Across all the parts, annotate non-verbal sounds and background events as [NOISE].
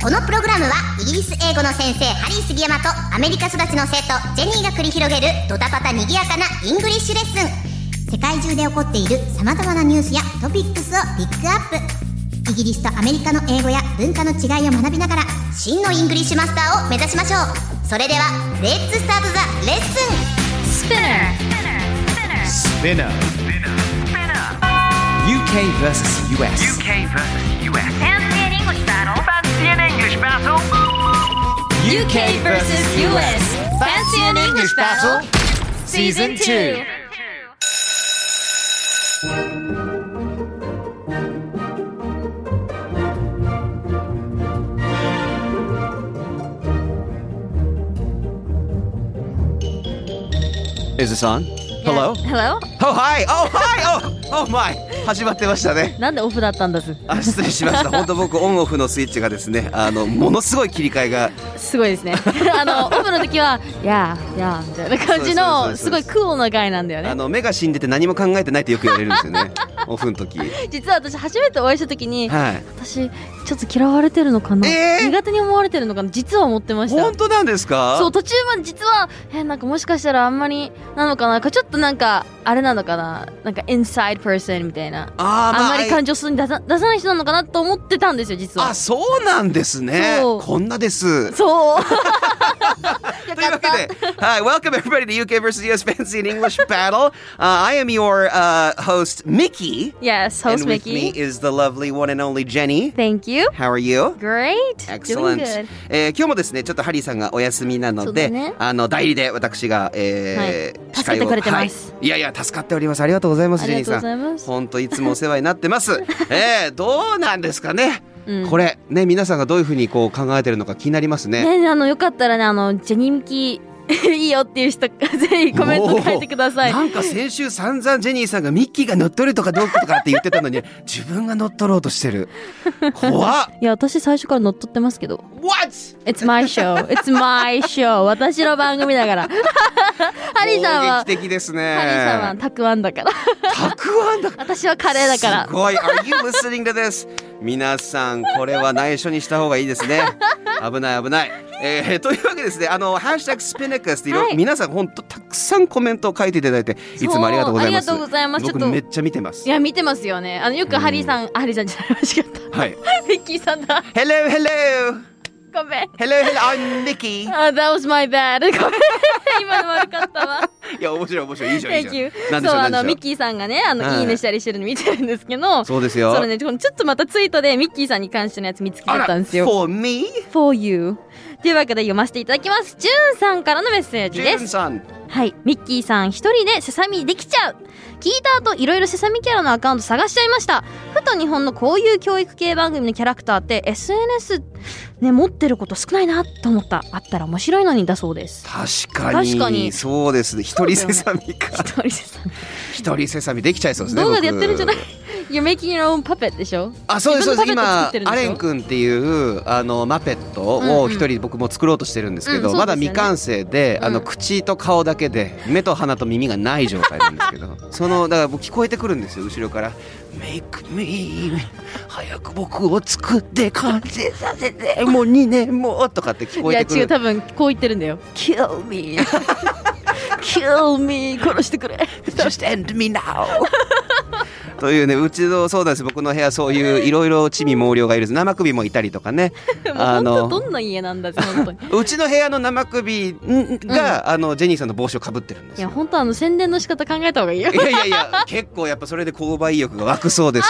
このプログラムはイギリス英語の先生ハリー杉山とアメリカ育ちの生徒ジェニーが繰り広げるドタパタにぎやかなイングリッシュレッスン世界中で起こっている様々なニュースやトピックスをピックアップイギリスとアメリカの英語や文化の違いを学びながら真のイングリッシュマスターを目指しましょうそれではレッツスタートザレッスン Spinner. UK versus US. UK versus US. Fancy an English battle. Fancy an English battle. Fancy UK versus US. an English battle? Season 2. Hello? Hello? Oh, hi! Oh, hi! Oh, oh my! 始まってましたね。なんでオフだったんだすあ失礼しま [LAUGHS] した。本当僕、オンオフのスイッチがですね、あの、ものすごい切り替えが、すごいですね [LAUGHS] あのオフの時は「やあやあ」みたいな感じそうそうそうそうのすごいクールな回なんだよあねの、目が死んでて何も考えてないってよく言われるんですよ [LAUGHS] ね。オフの時。実は私初めてお会いした時にはい。私ちょっと嫌われてるのかな、えー苦手に思われてるのかな実は思ってました本当なんですかそう途中まで実はえなんかもしかしたらあんまりなのかなかちょっとなんかあれなのかななんか inside person みたいなあー、まああ、んまり感情素に出さ出さない人なのかなと思ってたんですよ実はあ、そうなんですねそ。うこんなです。 [LAUGHS] そう [LAUGHS] よというかわ [LAUGHS] ったけで、はい、welcome everybody to UK versus US Fancy and English Battle. Uh, I am your uh, host, Mickey. Yes, host and with me Mickey. is the lovely one and only Jenny. Thank you. How are you? Great. Excellent. Doing good. えー今日もですね、ちょっとハリーさんがお休みなので、そうだねあの代理で私が、えーはい司会を助けてくれてますはい。いやいや助かっております。ありがとうございます、あジェりニがーとうさございん。ます。本当いつもお世話になって [LAUGHS] ます。えー、どうなんですかね。うんこれね皆さんがどういうふうにこう考えてるのか気になりますね。ね、あのよかったらね、あのジェニミキ [LAUGHS] いいよっていう人 [LAUGHS] ぜひコメント書いてください。おーなんか先週散々ジェニーさんがミッキーが乗っ取るとかどうかとかって言ってたのに自分が乗っ取ろうとして [LAUGHS] る。怖っ。いや、私最初から乗っ取ってますけど。 What? It's my show. It's my show. 私の番組だから。ハリーさんは攻撃、的ですね。ハリーさんは [LAUGHS] たくあんだから。たくあんだ。私はカレーだからす。ごい。Are you listening to this? 皆さん、これは内緒にした方がいいです [LAUGHS] ね。危ない危ない。えー、というわけですね、あの、ハッシュタグスピネクスっていろ、はい皆さん本当たくさんコメントを書いていただいて、いつもありがとうございます。そうありがとうございますちょっ僕とめっちゃ見てますい。や、見てますよね。あのよくハリーさん、ハリーさんじゃない、間違っはい。た。 [LAUGHS] ミッキーさんだ。 Hello, hello! ごめん。 Hello, hello, I'm Nikki! あ、that was my bad. ごめん。 [LAUGHS] 今の悪かったわ。いや、面白い面白い。いいじゃん、いい Thank じゃ you ん。なんでしそょうう、あなんでしょう。のミッキーさんがねあの、はいい、いねしたりしてるの見てるんですけどそうですよ。そうねちょっとまたツイートでミッキーさんに関してのやつ見つけちゃあらったんですよ For me? For you というわけで読ませていただきますジューンさんからのメッセージジュでンすさん。はいミッキーさん一人でセサミできちゃう聞いた後いろいろセサミキャラのアカウント探しちゃいましたふと日本のこういう教育系番組のキャラクターって SNS ね持ってること少ないなと思ったあったら面白いのにだそうです確かに。確かにそうですね。一人セサミか。一人セサミ一人セサミできちゃいそうですね。動画でやっ僕てるんじゃない You're making your own puppet でしょあそうですそう自で分すの今パペット作ってるんでしょアレン君っていうあのマペットを一人僕も作ろうとしてるんですけど、うんそうまですだよね未完成で、あのうん口と顔だけで目と鼻と耳がない状態なんですけ [LAUGHS] どそのだからもう聞こえてくるんですよ後ろから「Make me 早く僕を作って完成させてもう2年も」とかって聞こいやえてく違うる多分こう言ってるんだよ Kill me Kill me 殺して [LAUGHS] くれ「Just end me now 」 [LAUGHS] というねうちのそうなんです僕の部屋そういういろいろ地味毛量がいるんです生首もいたりとかねもう本当どんな家なんだぜ本 [LAUGHS] 当にうちの部屋の生首んが、あのジェニーさんの帽子をかぶってるんでいすやよ。本当あの宣伝の仕方考えた方がいいよ [LAUGHS] いやいやいや結構やっぱそれで購買意欲が湧くそうです。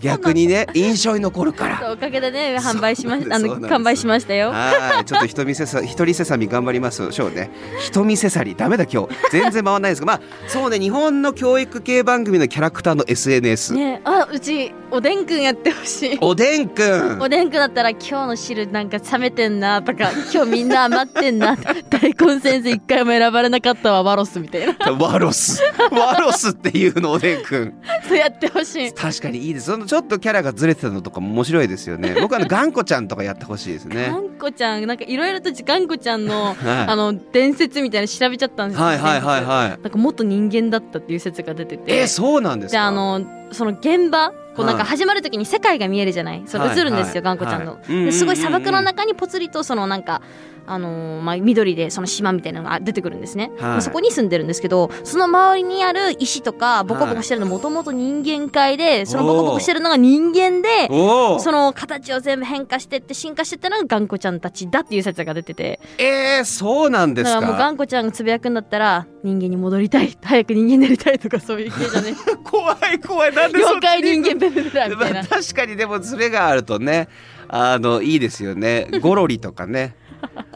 逆にね印象に残るかそうらおかげでね販売しましそうなあんですそうなんでのす完売しましたよ。はいちょっと人見せさ一人せさみ頑張りますしょうね人見せさりダメだ今日全然回らないですがまあそうね日本の教育系番組のキャラクターの SNS、ねあうちおでんくんやってほしい。おでんくんおでんくんだったら今日の汁なんか冷めてんなとか今日みんな余って [LAUGHS] んな大根先生一回も選ばれなかったわワロスみ [LAUGHS] たいなワロスワロスっていうのおでんくんそうやってほしい確かにいいですそのちょっとキャラがずれてたのとかも面白いですよね僕はあの頑固ちゃんとかやってほしいですねガンコちゃんなんかいろいろとガンコちゃんの、はいあの伝説みたいなの調べちゃったんですよはいはいはいはいなんか元人間だったっていう説が出ててえそうなんですかじゃああのその現場こうなんはかい始まる時に世界が見えるじゃない、それはい映るんですよ、はい頑固ちゃんの、はいうんうんうんうんですごい砂漠の中にぽつりとそのなんかあのーまあ、緑でその島みたいなのが出てくるんですね、はいまあそこに住んでるんですけどその周りにある石とかボコボコしてるのもともと人間界でそのボコボコしてるのが人間でおおその形を全部変化してって進化してったのが頑固ちゃんたちだっていう説が出ててえー、そうなんでだすからもうか頑固ちゃんがつぶやくんだったら人間に戻りたい早く人間になりたいとかそういう系 [LAUGHS] じゃね怖い怖いなんでそ妖っち怪人間ベブブラみた [LAUGHS] いまあな確かにでもズレがあるとねあのいいですよねゴロリとかね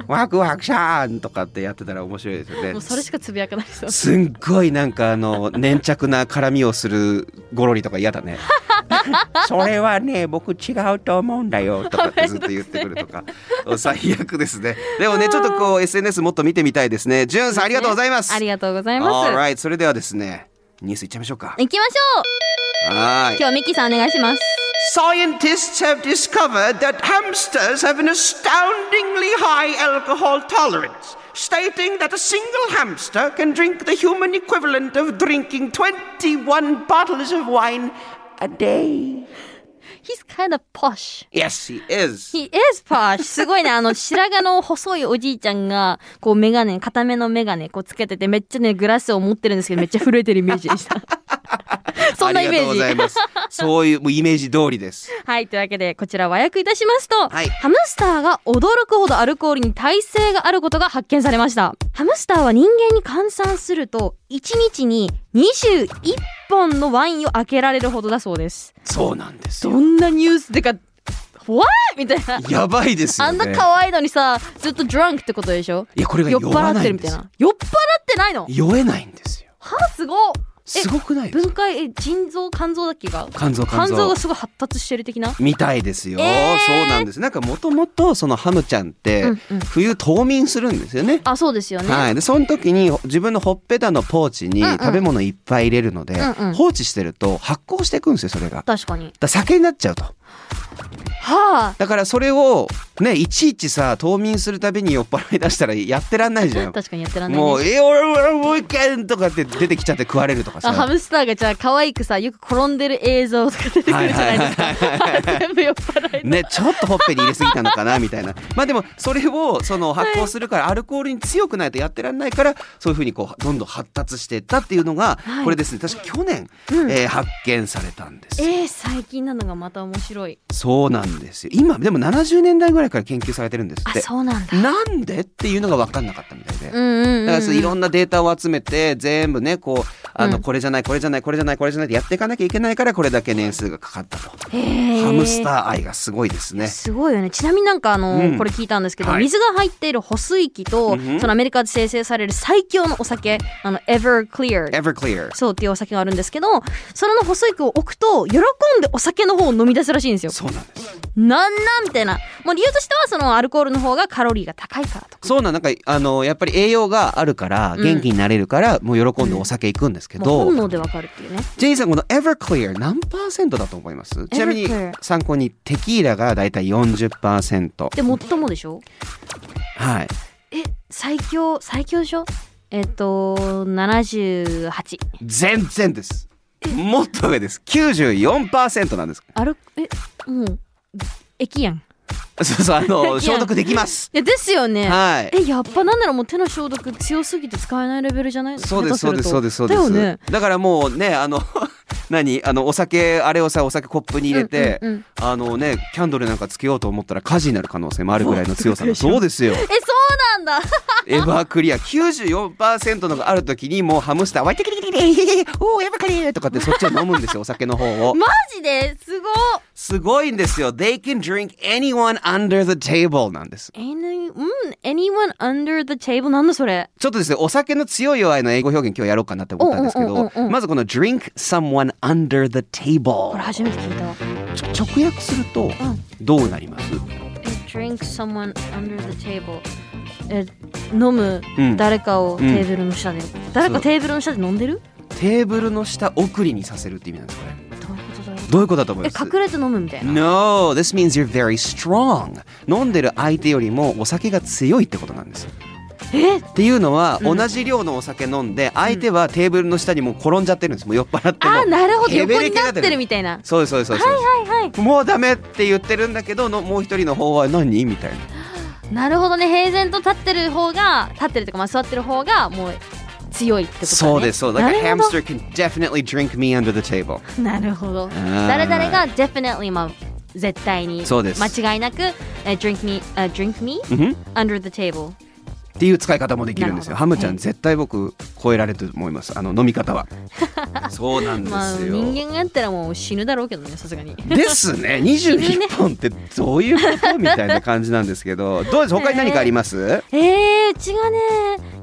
ワクワクシャーンとかってやってたら面白いですよね [LAUGHS] もうそれしかつぶやかない [LAUGHS] ですすんごいなんかあの粘着な絡みをするゴロリとか嫌だ [LAUGHS] ねそれはね僕違うと思うんだよとかってずっと言ってくるとか [LAUGHS] 最悪ですねでもねちょっとこう SNS もっと見てみたいですねじゅんさんありがとうございますありがとうございます。 All right それではですねニュースいっちゃいましょうか行きましょう。はーい今日ミキさんお願いします。 Scientists have discovered that hamsters have an astoundingly high alcohol tolerance, stating that a single hamster can drink the human equivalent of drinking 21 bottles of wine a day. He's kind of posh. Yes he is He is posh. すごいね。あの、白髪の細いおじいちゃんが、こう、メガネ、固めのメガネ、こう、つけてて、めっちゃね、グラスを持ってるんですけど、めっちゃ震えてるイメージ [LAUGHS] でした。 [LAUGHS] そんなイメありがとうございージ。ますそういうもうイメージ通りですはい。というわけで、こちら和訳いたしますと、はいハムスターが驚くほどアルコールに耐性があることが発見されました。ハムスターは人間に換算すると、1日に21本のワインを開けられるほどだそうです。そうなんですどよんなニュースでか、怖いみたいな。やばいですよあんねな可愛いのにさ、ずっとドランクってことでしょいやこれが酔っ酔わ払っなているんみでたいすよな。酔っ払ってないの酔えないんですよ歯すごっすごくないです分か解、え、腎臓、肝臓だっけが肝臓肝肝臓臓がすごい発達してる的なみたいですよ、えーそうなんですなんかもともとそのハムちゃんって冬冬眠するんですよね、あ、そうですよね。はい、でその時に自分のほっぺたのポーチに食べ物いっぱい入れるので、うんうん放置してると発酵していくんですよそれがだか確かに。ら酒になっちゃうとはだからそれをねいちいちさ冬眠するたびに酔っ払い出したらやってらんないじゃあ。ん確かにやってらんない、ね。もう「え俺俺もう一回」とかって出てきちゃって食われるとかさあハムスターがじゃあ可愛くさよく転んでる映像とか出てくるじゃないで [LAUGHS] すか、全部酔っ払いのね、ちょっとほっぺに入れすぎたのかなみたいなまあでもそれをその発酵するからアルコールに強くないとやってらんないからそういうふうにこうどんどん発達していったっていうのが、はいこれですね確か去年、えー発見されたんですよえー、最近なのがまた面白いそうなんですよ今でも70年代ぐらいから研究されてるんですっあてそうなんだなんでっていうのが分かんなかったみたいで、うんうんうん、うん、だからそういろんなデータを集めて全部ねこうあのこれじゃないこれじゃないこれじゃないこれじゃないってやっていかなきゃいけないからこれだけ年数がかかったと、へーハムスター愛がすごいですねすごいよね。ちなみになんかあの、うんこれ聞いたんですけど、はい水が入っている保水器と、そのアメリカで生成される最強のお酒、あの、Everclear。 Everclear そうっていうお酒があるんですけど、それの保水器を置くと、喜んでお酒の方を飲み出すらしいんですよ。そうなんです。なんなんみたいな。もう理由としては、そのアルコールの方がカロリーが高いからとか。そうなん、なんか、あの、やっぱり栄養があるから、元気になれるから、もう喜んでお酒行くんですけもうど、本能でわかるっていうね。ジェイさん、この Everclear 何パーセントだと思いますちなみに Everclear、参考にテキーラがだいたい40%。で、最もでしょはい。え、最強、最強でしょえっと、78。全然です。もっと上です。94%なんです。ある、え、もう、駅やん。いそうそう、あの、消毒できます。や、ですよね。はい。えやっぱなんならもう手の消毒強すぎて使えないレベルじゃないそうです下そう手ですするそうとですそうです。だよねだからもうねあの [LAUGHS] 何あのお酒あれをさお酒コップに入れて、うんうんうん [LAUGHS] あのねキャンドルなんかつけようと思ったら火事になる可能性もあるぐらいの強さだそうですよ。えそなんだエバークリア94%のがある時にもうハムスター「わいてきてきてきておーエバークリア」とかってそっちを飲むんですよお酒の方を [LAUGHS] マジですごっすごいんですよ They can drink anyone under the table なんです Any- うん Anyone under the table なんだそれちょっとですねお酒の強い弱いの英語表現今日やろうかなって思ったんですけうんうんうんどうんうんまずこの drink someone under the これ table 初めて聞いたちょ直訳するとどうなります Drink someone under the table え飲むうん誰かをテーブルの下で、誰かテーブルの下で飲んでるテーブルの下送りにさせるって意味なんですこれどういうことだろどういうことだと思いますうえ隠れて飲むみたいな No, this means you're very strong. 飲んでる相手よりもお酒が強いってことなんです。えっていうのは、同じ量のお酒飲んで相手はテーブルの下にもう転んじゃってるんです。もう酔っ払ってもあーなるほどヘベ横レにケながっ出てるみたいなそうですそうですそうです。はいはいもうダメって言ってるんだけどのもう一人の方は何みたいななるほどね平然と立ってる方が立ってるとかまあ座ってる方がもう強いってことだねそうですそうだなからるほ hamster can definitely drink me under the table どなるほどー誰々が definitely まあ絶対にそうです間違いなくえ drink me、え drink me うんふんっ under the table ていう使い方もできるんですよなるハほどムちゃはんい絶対僕超えられると思いますあの飲み方 [LAUGHS] はそうなんでまあすよ、人間がやったらもう死ぬだろうけどねさすがにですね21本ってどういうことみたいな感じなんですけどどうです他に何かあります、 [LAUGHS] えー、うちがね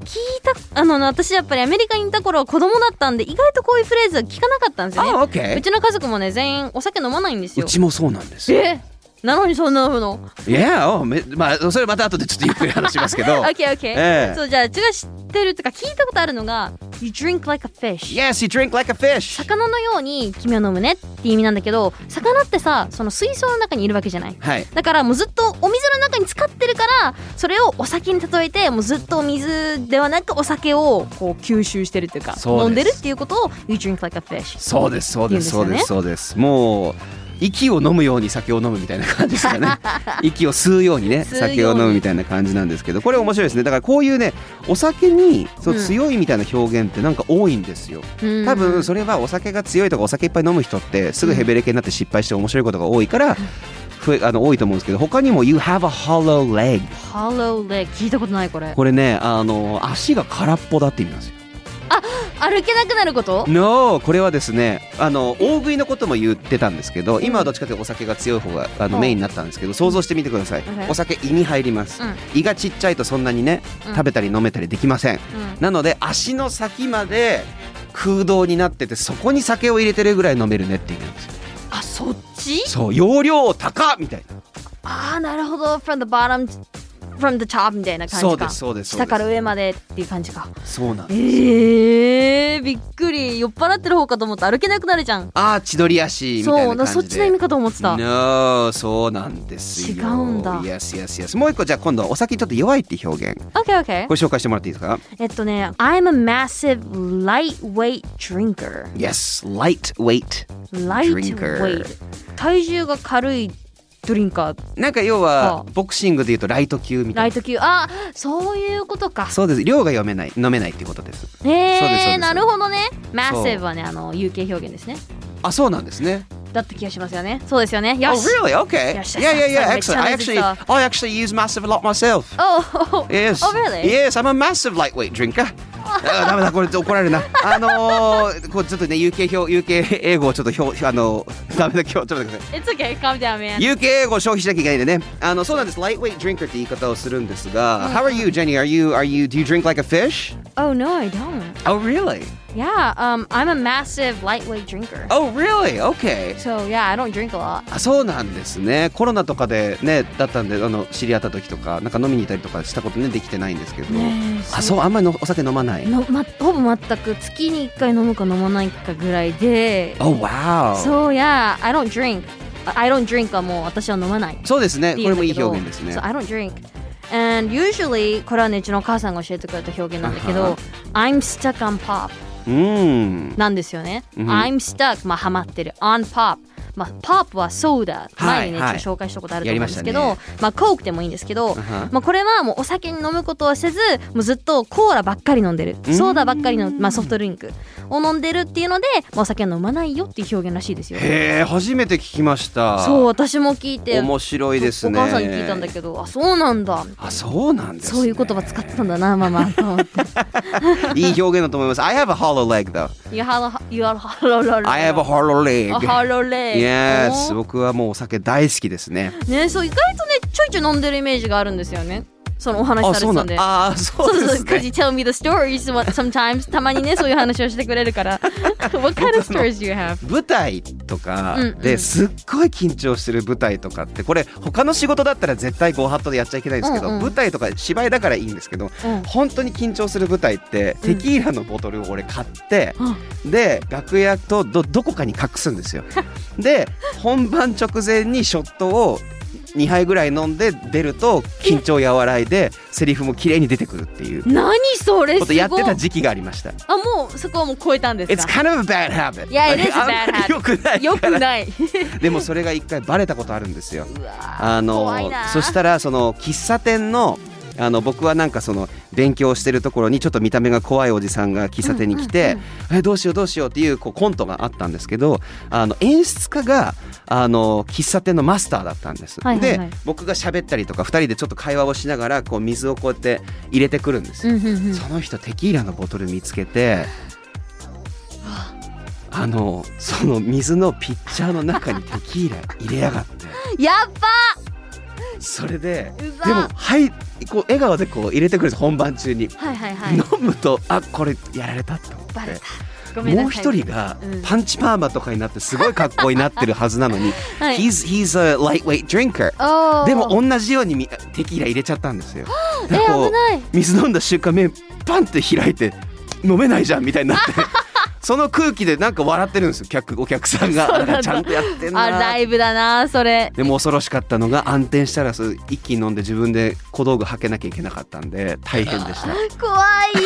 聞いたあの私やっぱりアメリカにいた頃子供だったんで意外とこういうフレーズは聞かなかったんですよねあ OK うちの家族もね全員お酒飲まないんですうよちもそうなんですよえなのにそんな飲むのいやおめまあそれまた後でちょっとゆっくり話しますけど [LAUGHS] オッケーオッケええーそうじゃあうちが知ってるとか聞いたことあるのが「You drink like a fish」 Yes you drink like a fish 魚のように君は飲むねって意味なんだけど魚ってさその水槽の中にいるわけじゃないはいだからもうずっとお水の中に浸かってるからそれをお酒に例えてもうずっとお水ではなくお酒をこう吸収してるっていうかそうです飲んでるっていうことを「You drink like a fish」そうですそうです言そうんうでですよねすそうですもう息を飲むように酒を飲むみたいな感じです [LAUGHS] かね息を吸うようにね吸うように酒を飲むみたいな感じなんですけどこれ面白いですねだからこういうねお酒にそう強いみたいな表現ってなんか多いんですよ、うん多分それはお酒が強いとかお酒いっぱい飲む人ってすぐヘベレケになって失敗して面白いことが多いから、ふえあの多いと思うんですけど他にも「You have a hollow leg Hollow leg 聞いたことないこ」れこれねあの足が空っぽだって意味なんですよ。歩けなくなること No これはですねあの大食いのことも言ってたんですけど今はどっちかというとお酒が強い方があのうんメインになったんですけど想像してみてください Okay お酒胃に入りますうん胃がちっちゃいとそんなにねうん食べたり飲めたりできませんうんなので足の先まで空洞になっててそこに酒を入れてるぐらい飲めるねって言うんですよあそっちそう容量高っみたいなああなるほど from the bottom from the top みたいな感じかそうですそうですそうです下から上までっていう感じかそうなんですええー、びっくり酔っ払ってる方かと思って歩けなくなるじゃんあー千鳥足みたいそうな感なじでそっちの意味かと思ってた No そうなんですよ違うんだ Yes yes yes もう一個じゃあ今度はお酒にちょっと弱いって表現 OKOK、okay, ご紹介してもらっていいですかえっとね I'm a massive lightweight drinker Yes, lightweight. Drinker lightweight 体重が軽いドリンカーなんか要はあはボクシングで言うとライト級みたラいイト級あそういうことかな。そうです。量が読めない、飲めないってことです。そうですそうえでー、すなるほどね massive はねあの有形表現ですねあ、そうなんですね。だった気がしますよねそうですよねよ Oh, し、 really? Okay. Yes, yes, Yeah, yeah, yes, yeah. sorry, Excellent. I actually, Richard is, I actually use massive a lot myself. uh, Oh, Yes. Oh, really? Yes, I'm a massive lightweight [LAUGHS] drinker. あダメだこれ怒られるな。あのー、こうちょっとね UK 表 UK 英語をちょっと表あの [LAUGHS] ダメだ今日ちょっと待ってください。 it's okay, calm down, man. UK 英語を消費しなきゃいけないんでね。あのそうなんです。lightweight drinker って言い方をするんですが、How Mm-hmm. are you, Jenny? Are you are you do you drink like a fish? Oh no, I don't. Oh, really? Yeah, um, I'm a massive lightweight drinker. Oh, really? Okay. So yeah, I don't drink a lot. あそうなんですねコロナとかでねだったんであの知り合った時とかなんか飲みに行ったりとかしたことねできてないんですけど、ねえあそうあんまりのお酒飲まない、のまほぼ全く月に1回飲むか飲まないかぐらいで。 Oh wow そう So yeah, I don't drink. I I don't drink はもう私は飲まない。ですねこっていれうんだもいけいど表現ですね So I don't drink. And usually これはねうちのお母さんが教えてくれた表現なんだけあどは、 I'm stuck on pop うんなんですよね。うん I'm stuck まあハマってる on pop まあ、パープはソーダはい前にね、はいちょっと紹介したことあると思うんですけどやりまましあ、コークでもいいんですけうど、んはんまあ、これはもうお酒に飲むことはせずもうずっとコーラばっかり飲んでるソーダばっかりの、まあ、ソフトドリンクを飲んでるっていうので、まあ、お酒は飲まないよっていう表現らしいですよ。へえ初めて聞きましたそう私も聞いて面白いですねお母さんに聞いたんだけどあそうなんだあそうなんです、ね、そういう言葉使ってたんだな [LAUGHS] ママと思っていい表現だと思います I have a hollow leg though You have a, you are hollow I have a hollow leg a hollow leg Yes お僕はもうお酒大好きですねねそう意外とねちょいちょい飲んでるイメージがあるんですよねそのお話しあされそうてたなんんであーそそううそうでそすう Cause ね you tell me the stories what- sometimes たまにねそういう話をしてくれるから [LAUGHS] What kind of stories do you have? 舞台とかうんうんですっごい緊張してる舞台とかってこれ他の仕事だったら絶対ご法度でやっちゃいけないんですけど、うんうん舞台とか芝居だからいいんですけど、うん本当に緊張する舞台ってテキーラのボトルを俺買って、うんで楽屋とどどこかに隠すん [LAUGHS] ですよ。で本番直前にショットを2杯ぐらい飲んで出ると緊張和らいでセリフも綺麗に出てくるっていう何それこすごといやってた時期がありました。あもうそこはもう超えたんです It's か kind of a bad habit. Yeah, it is a あんまり bad [LAUGHS] habit. 良くないよかくらない [LAUGHS] でもそれが一回バレたことあるんですよ。うわーあの怖いなそしたらその喫茶店のあの僕はなんかその勉強してるところにちょっと見た目が怖いおじさんが喫茶店に来て、えどうしようどうしようっていうこうコントがあったんですけどあの演出家があの喫茶店のマスターだったんです、はいはいはいで僕が喋ったりとか2人でちょっと会話をしながらこう水をこうやって入れてくるんですよ、うんうんうんその人テキーラのボトル見つけてあのその水のピッチャーの中にテキーラ入れやがって。やっそれでうざでもはいこう笑顔でこう入れてくるんです本番中に、ばはいはいはい飲むとあこれやられたって思ってバレごめんなさいもう一人がうんパンチパーマとかになってすごいかっこいいなってるはずなのに、 [LAUGHS] はい he's, he's a lightweight drinker おーでも同じようにみテキーラ入れちゃったんですよ。で [GASPS] えーこう危ない水飲んだ瞬間目パンって開いて飲めないじゃんみたいになって [LAUGHS] その空気でなんか笑ってるんですよ客お客さんがあらちゃんとやってんなあーってライブだなそれでも恐ろしかったのが暗転したらそう一気に飲んで自分で小道具履けなきゃいけなかったんで大変 [LAUGHS] でした。怖いよもう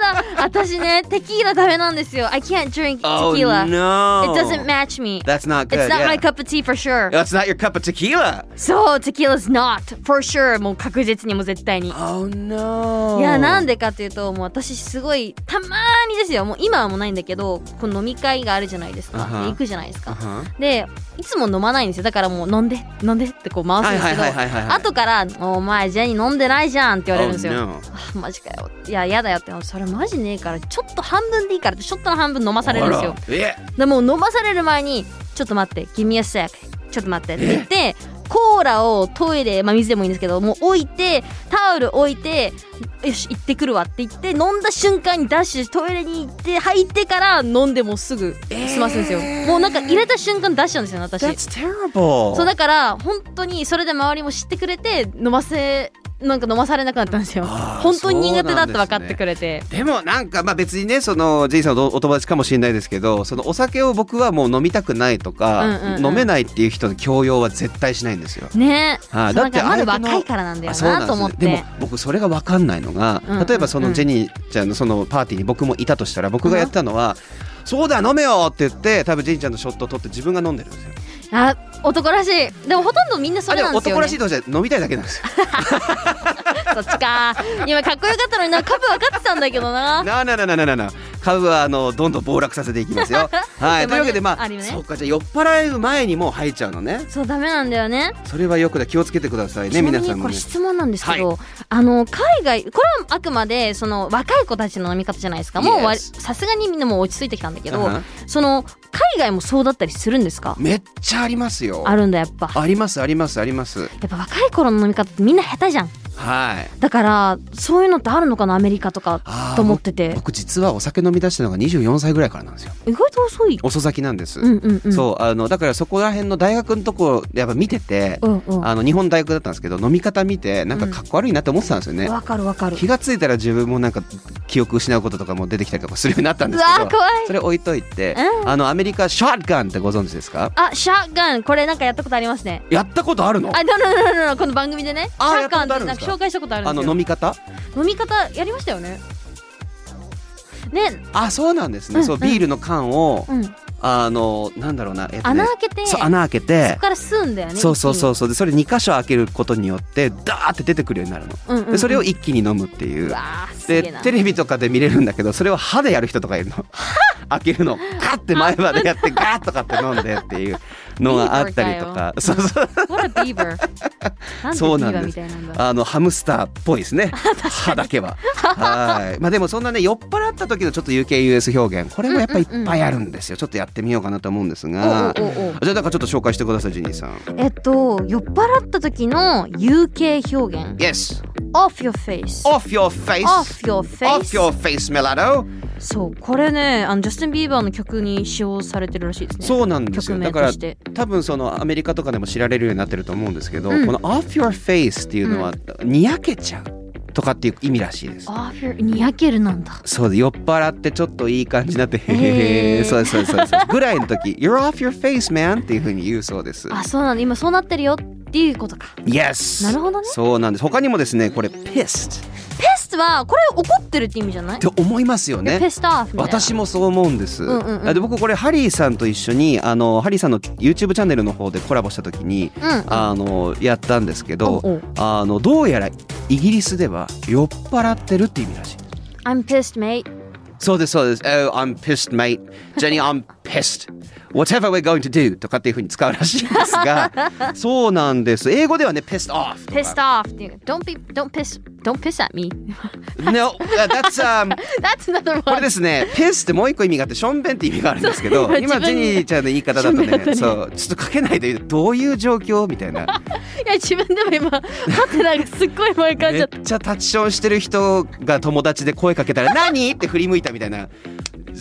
[LAUGHS] だ私ねテキーラダメなんですよ I can't drink tequila、 no! It doesn't match me That's not good. It's not yeah. my cup of tea for sure That's not your cup of tequila. So tequila's not for sure もう確実にもう絶対に Oh no. いやなんでかっていうともう私すごいたまーにですよもう今はもうないんだけどこう飲み会があるじゃないですか、あはで行くじゃないですか、はでいつも飲まないんですよだからもう飲んで飲んでってこう回すんですけどはいはいはいはいはいはい後から「お前ジェニー飲んでないじゃん」って言われるんですよ、 Oh, no. あマジかよいややだよってそれマジねえからちょっと半分でいいからってちょっとの半分飲まされるんですよあらえでもう飲まされる前に「ちょっと待って Give me a sec ちょっと待って」って言ってコーラをトイレ、まあ、水でもいいんですけどもう置いてタオル置いてよし行ってくるわって言って飲んだ瞬間にダッシュしてトイレに行って入ってから飲んでもうすぐ済ますんですよ、もうなんか入れた瞬間出しちゃうんですよね私 That's terrible. そうだから本当にそれで周りも知ってくれて飲ませなんか飲まされなくなったんですよあー本当に苦手だってそうなんで分すかねってくれて、でもなんかまあ別にねそのジェイさんのおお友達かもしれないですけどそのお酒を僕はもう飲みたくないとか、うんうんうん飲めないっていう人の強要は絶対しないんですよ。ねはいそうなんかまだだって相手の若いからなんだよあそうなんなですと思っでもて僕それが分かんないのが、うんうん例えばそのジェニーちゃんのそのパーティーに僕もいたとしたら僕がやったのは「そうだ飲めよ!」って言って多分ジェニーちゃんのショットを取って自分が飲んでるんですよ。あ男らしいでもほとんどみんなそあれれなんですよ、ね、男らしいとかじゃ飲みたいだけなん [LAUGHS] ですよ。そっちか今かっこよかったのにな株分かってたんだけどな [LAUGHS] なあなあなあなあなあなあ株はあのどんどん暴落させていきます [LAUGHS] よ。はい、でもねというわけでまああるよねそうかじゃあ酔っ払う前にもう吐いちゃうのね。そうダメなんだよねそれはよくだ気をつけてくださいねちな皆みさんにもこれね。質問なんですけど、あの海外これはあくまでその若い子たちの飲み方じゃないですかもうわ Yes さすがにみんなもう落ち着いてきたんだけど、うんうんその海外もそうだったりするんですかめっちゃありますよ。あるんだやっぱありますありますあります。やっぱ若い頃の飲み方ってみんな下手じゃんはい。だからそういうのってあるのかなアメリカとかあーと思ってて僕実はお酒飲み出したのが24歳ぐらいからなんですよ意外と遅い遅咲きなんです、うんうんうんそうあのだからそこら辺の大学のとこやっぱ見てて、うんうんあの日本大学だったんですけど飲み方見てなんかかっこ悪いなって思ってたんですよね、わかるわかる気がついたら自分もなんか記憶失うこととかも出てきたりとかするようになったんですうけわどー怖いそれ置いといて、うんあのアメリカショットガンってご存知ですかあシャーガンこれなんかやったことありますねやったことあるのあ、no, no, no, no, no, この番組でね、あシャーガンやってたことあっるんでなんすかか紹介したことあるんあでのすよ。飲み方飲み方やりましたよね。ね、あそうなんですね、そうビールの缶をうん、あのなんだろうな、えっとね穴開けてそう穴開けそてこから吸うんだよねそうそうそううそうでそれ2箇所開けることによってダーって出てくるようになるの、うんうんうんでそれを一気に飲むっていううわーすげでえなテレビとかで見れるんだけどそれを歯でやる人とかい [LAUGHS] るの開けるのガッて前までやってガーッとかって飲んでっていうのが [LAUGHS] あったりとかビーバーかそうそうよ What a beaver なんで [LAUGHS] ビそうなーんでバーすみたいなんだあのハムスターっぽいです [LAUGHS] ね歯だけははいまあでもそんなね酔っ払った時のちょっと UKUS 表現これもやっぱいっぱいあるんですよ、ちょっとやってみようかなと思うんですがおうおうおうじゃあなんかちょっと紹介してくださいジェニーさんえっと酔っ払った時の UK 表現 Yes Off your face Off your face Off your face Off your face Melado そうこれねあのジャスティン・ビーバーの曲に使用されてるらしいですねそうなんですよ曲だ名かとらして多分そのアメリカとかでも知られるようになってると思うんですけど、うんこの「off your face」っていうのは、にやけちゃうとかっていう意味らしいです。 Off your にやけるなんだそうで酔っ払ってちょっといい感じになって「へへへへ」ーそうですそうですそうですぐらいの時「You're [LAUGHS] off your face man」っていう風に言うそうです。あそうなんだ今そうなってるよっていうことか Yes なるほどねそうなんです他にもですねこれ「pissed」っペスはこれ怒ってるって意味じゃないて思いますよね。ペスターフみたいな私もそう思うんです、うんうんうんで僕これハリーさんと一緒にあのハリーさんの YouTube チャンネルの方でコラボした時にうんあのやったんですけど、おうおうあのどうやらイギリスでは酔っ払ってるって意味らしい。 I'm pissed mate そうですそうです。Oh, I'm pissed, mate. Jenny, I'm pissed. Whatever we're going to do とかっていう風に使うらしいんです [LAUGHS] が、そうなんです。英語ではね、pissed off とか。 pissed off っていう Don't be don't piss don't piss at me [LAUGHS] No, that's um, That's another これ one ですね、piss ってもう一個意味があって、しょんべんって意味があるんですけそど、う今ジ自ェ分ニでーちゃんの言い方だとしょんべんだね、ねそうちょっとかけないでどういう状況みたいな。いや自分でも今ハ [LAUGHS] テナがすっごい前かんめじゃっったちゃタッチションしてる人が友達で声かけたら「何?」って振り向いたみたいな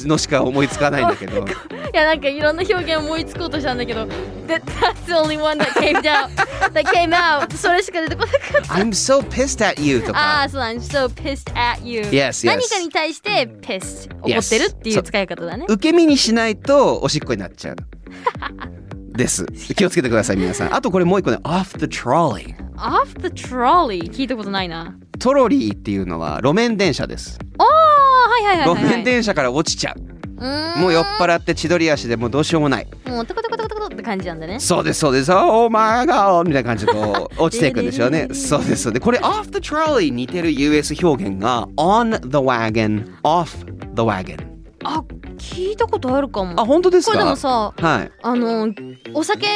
のしか思いつかないんだけどいやなんかいろんな表現思いつこうとしたんだけど that, That's the only one that came down that came out それしか出てこなかっ「た I'm so pissed at you」と [LAUGHS] あかあそうなん I'm so pissed at you Yes, yes. 何かに対して pissed 怒ってるって Yes. いそうう使い方だね受け身にしないとおしっこになっちゃう。です気をつけてください皆さんあとこれもう一個ね「off the trolley off the trolley 聞いたことないな」トロリーっていうのは路面電車ですああはいはいはい路はい、はい、面電車から落ちちゃうもう酔っ払って千鳥足でもうどうしようもないもうトコトコトコトコって感じなんだねそうですそうです「Oh my god」みたいな感じでこ [LAUGHS] う落ちていくんですよねそうですそうですこれ「off the trolley」に似てる US 表現が「on the wagon」「off the wagon あ聞いたことあるか」もあ本当ですこかれでもさはいあのお酒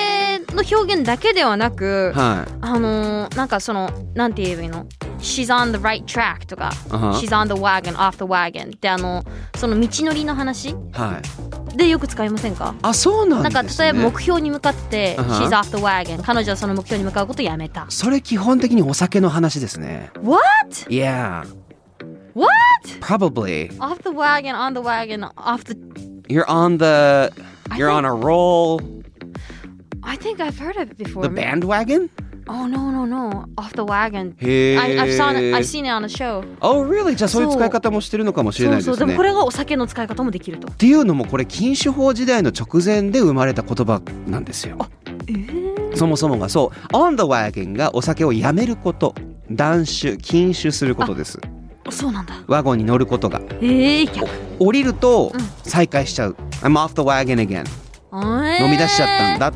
の表現だけではなく、はいあのー、なんかそのなんて言えばいいの She's on the right track とか、あは She's on the wagon, off the wagon ってあのその道のりの話はいでよく使いませんかあそうなんなでんす、ね、か例えば目標に向かって、あは She's off the wagon 彼女はその目標に向かうことをやめたそれ基本的にお酒の話ですね What? Yeah What? probably Off the wagon, on the wagon, off the you're on the you're on a roll I think I've heard it before the bandwagon Oh no no no off the wagon へえ I, I've, seen it, I've seen it on a show Oh really じゃあそういうそう使い方もしてるのかもしれそないうですそねうでもこれがお酒の使い方もできるとっていうのもこれ禁酒法時代の直前で生まれた言葉なんですよ。そもそもがそう「on the wagon」がお酒をやめること断酒禁酒することですそうなんだワゴンに乗ることがええー、降りるとうん再開しちゃう「I'm off the wagon again」飲み出しちゃったんだ、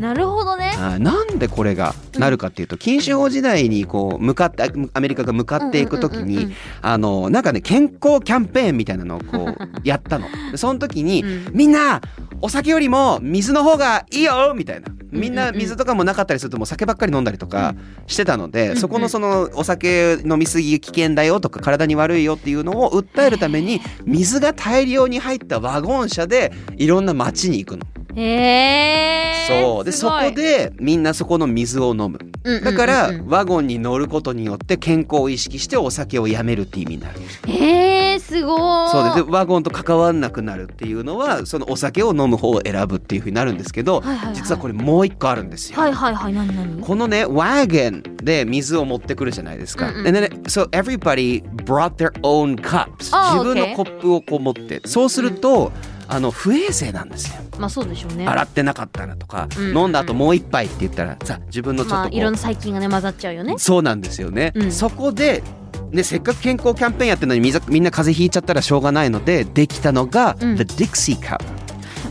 なるほどねあーなんでこれがなるかっていうと禁酒法時代にこう向かってあアメリカが向かっていく時うんうんうんうんうにんあのなんかね健康キャンペーンみたいなのをこ [LAUGHS] うやったのでその時に、うんみんなお酒よりも水の方がいいよみたいなみんうんなうんうん水とかもなかったりするともう酒ばっかり飲んだりとかしてたので、そこのそのお酒飲みすぎ危険だよとか体に悪いよっていうのを訴えるために水が大量に入ったワゴン車でいろんな街に行くの。ええー、そうですそごいこ、でみんなそこの水を飲むうんうんうんうだんからワゴンに乗ることによって健康を意識してお酒をやめるって意味になるええー、すごいそうですでワゴンと関わんなくなるっていうのはそのお酒を飲む方を選ぶっていうふうになるんですけどはいはいはい実はこれもう一個あるんですよはいはいはい何何このね、ワーゲンで水を持ってくるじゃないですか。うんうん And then, so everybody brought their own cups. あー自分の OK コップをこう持って。そうすると、あの、不衛生なんですよ。まあそうでしょうね洗ってなかったらとか、うん飲んだ後もう一杯って言ったらさ自分のちょっとまあこういろんな細菌がね混ざっちゃうよねそうなんですよね、うんそこでね、せっかく健康キャンペーンやってるのにみざみんな風邪ひいちゃったらしょうがないのでできたのが、うん The Dixie Cup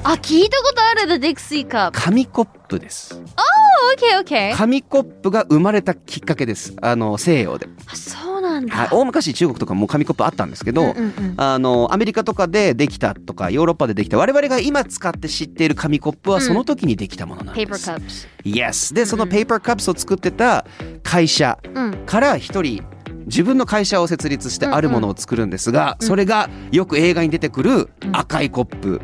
あ聞いたことある The Dick s e e Cup 紙コップです。 OK OK 紙コップが生まれたきっかけです。あの西洋で。あそうなんだ、はい、大昔中国とかも紙コップあったんですけど、うんうんうんあのアメリカとかでできたとかヨーロッパでできた我々が今使って知っている紙コップはその時にできたものなん Paper です。 Cups yes。でそのペーパーカップスを作ってた会社うんから一人自分の会社を設立してあるものを作るんですが、それがよく映画に出てくる赤いコップ、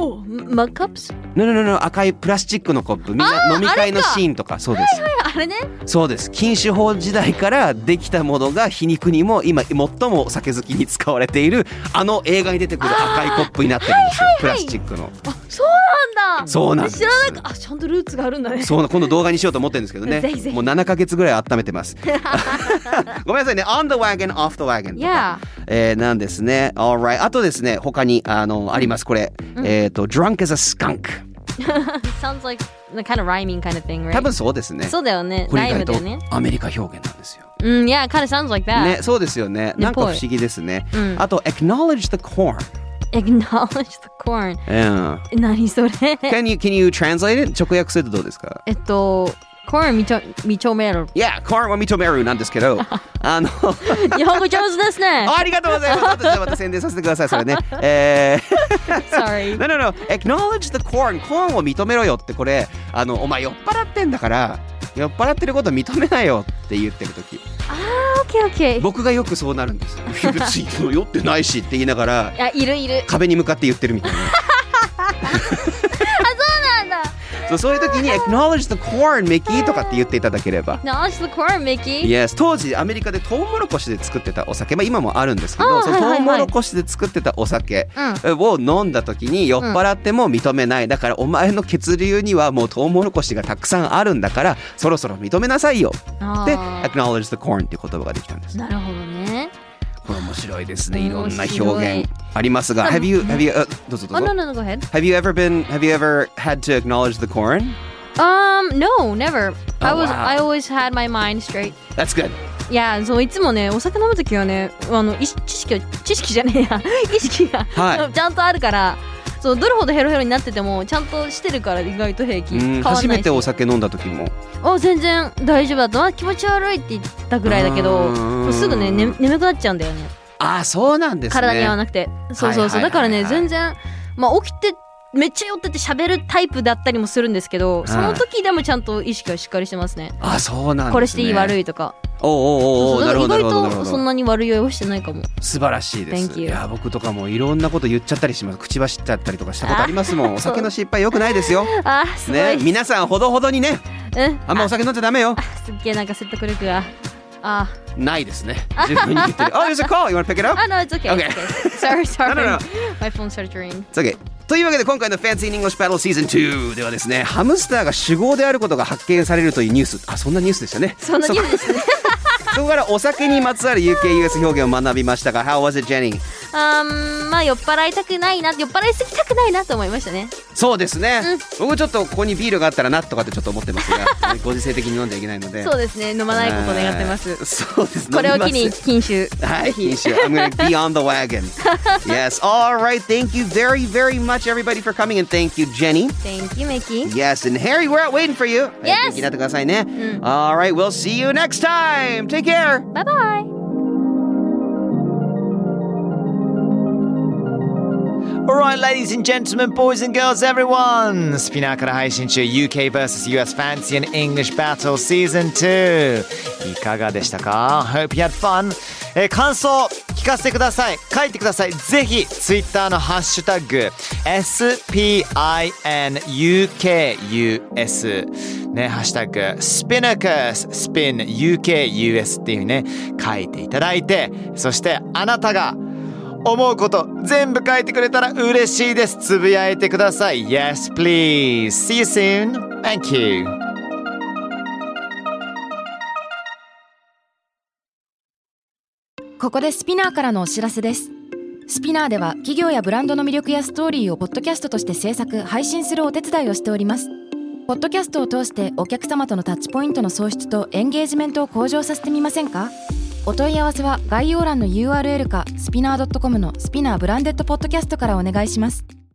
おマッカップスぬぬぬぬ赤いプラスチックのコップみんな飲み会のシーンとかそうです、あれねそうです禁酒法時代からできたものが皮肉にも今最もお酒好きに使われているあの映画に出てくる赤いコップになってるんですよ、プラスチックのあそうなんだそうなんです知らなくあちゃんとルーツがあるんだ [LAUGHS] ねそうな今度動画にしようと思ってるんですけどねぜひぜひもう7ヶ月ぐらい温めてます [LAUGHS] ごめんなさいね on the wagon off the wagon とか Yeah、えーなんですね alright あとですね他にあのありますこれ、えっ、と drunk as a skunk Sounds like the kind of rhyming kind of thing right 多分そうですねそうだよねこラれイ意ム外だとよねアメリカ表現なんですようん Yeah it kind of sounds like that、ね、そうですよね。なんか不ぽい思議ですね。うんあと、acknowledge the corn. Acknowledge the corn うん何それ Can you, can you translate it? 直訳するとどうですかえっと Corn みちょ認め [LAUGHS] ろ Yeah, corn は認めるなんですけ [LAUGHS] ど、あの、日本語上手です [LAUGHS] ねありがとうございます。あとじゃあまた宣伝させてください、それね。えー、Sorry no, no, no, acknowledge the corn. コーンを認めろよってこれ、あの、お前酔っ払ってんだから、酔っ払ってること認めないよって言ってるとき。 OK [LAUGHS] OK 僕がよくそうなるんです。いや別に酔ってないしって言いながら、あいるいる壁に向かって言ってるみたいな。なんだそうそういう時に「Acknowledge the corn, Mickey」とかって言っていただければ。 Acknowledge the corn Mickey Yes、当時アメリカでトウモロコシで作ってたお酒、まあ、今もあるんですけどあーそのはいはトいはいウモロコシで作ってたお酒うんを飲んだ時に酔っ払っても認めない、だからお前の血流にはもうトウモロコシがたくさんあるんだからそろそろ認めなさいよ [LAUGHS] あでー Acknowledge the corn っていう言葉ができたんですなるほどねこれ面白いですねいろんな面白い表現ありますが Have you, have you, あどうぞどあう no ぞ no no go ahead Have you ever been, have you ever had to acknowledge the corn? Um no never I was wow. I always had my mind straight That's good いやそういつもねお酒飲む時はねあの意識知識が知識じゃねえ [LAUGHS] や意識が、はい [LAUGHS] ちゃんとあるからそうどれほどヘロヘロになっててもちゃんとしてるから意外と平う気ん変わんないし初めてお酒飲んだ時もあ全然大丈夫だとあ気持ち悪いって言ったぐらいだけうどーんもうすぐねね眠くなっちゃうんだよねああそうなんですね体に合わなくて、そはうそうそう、いはいはいはいだからね全然、まあ、起きてめっちゃ酔ってて喋るタイプだったりもするんですけどその時でもちゃんと意識はしっかりしてますねあそうなんですねこれしていい悪いいとかおうおうおうおうそうなるそほどうなだるかほどらなる意ほ外とそんどなに悪酔いはしてないかも素晴らしいです Thank you いや僕とかもいろんなこと言っちゃったりします口走っちゃったりとかしたことあります [LAUGHS] もんお酒の失敗よくないですよあー [LAUGHS] すごい、ね皆さんほどほどにねうんあんまお酒飲んじゃダメよすっげえなんか説得力があないですね自分に言ってる Oh there's a call you wanna pick it ー up? あ no it's okay, Okay. it's okay. sorry [LAUGHS] sorry No, no, no. my phone started to ring It's okay というわけで今回の Fancy in English Battle Season 2ではですねハムスターが酒豪であることが発見されるというニュースあそんなニュースでしたねそんなニュースですねそこからお酒にまつわる UKUS 表現を学びましたが How was it Jenny? あーまあ酔っ払いたくないな酔っ払いすぎたくないなと思いましたねそうですね、僕ちょっとここにビールがあったらなとかってちょっと思ってます [LAUGHS] がご時世的に飲んじゃいけないのでそうでですね飲まないことを願ってますそうですこれを飲機みにます禁酒はい、いいし I'm gonna be on the [LAUGHS] wagon. yes. All right. Thank you very, very much, everybody, for coming. And thank you, Jenny. Thank you, Mickey. Yes. And Harry, we're out waiting for you. Yes. 元 Mm. 気になってくださいね。All right. We'll see you next time. Take care. Bye bye. Alright, ladies and gentlemen, boys and girls, everyone! スピナーから配信中 UK vs.US Fancy and English Battle Season 2! いかがでしたか ?Hope you had fun! えー感想聞かせてください書いてくださいぜひ Twitter のハッシュタグ SPINUKUS ね、ハッシュタグ SPINUKUS SPINUKUS っていうね書いていただいてそしてあなたが思うこと全部書いてくれたら嬉しいですつぶやいてください Yes please See you soon Thank you うここでスピナーからのお知らせですスピナーでは企業やブランドの魅力やストーリーをポッドキャストとして制作配信するお手伝いをしておりますポッドキャストを通してお客様とのタッチポイントの創出とエンゲージメントを向上させてみませんかお問い合わせは概要欄の URL かスピナー .com のスピナーブランデッドポッドキャストからお願いします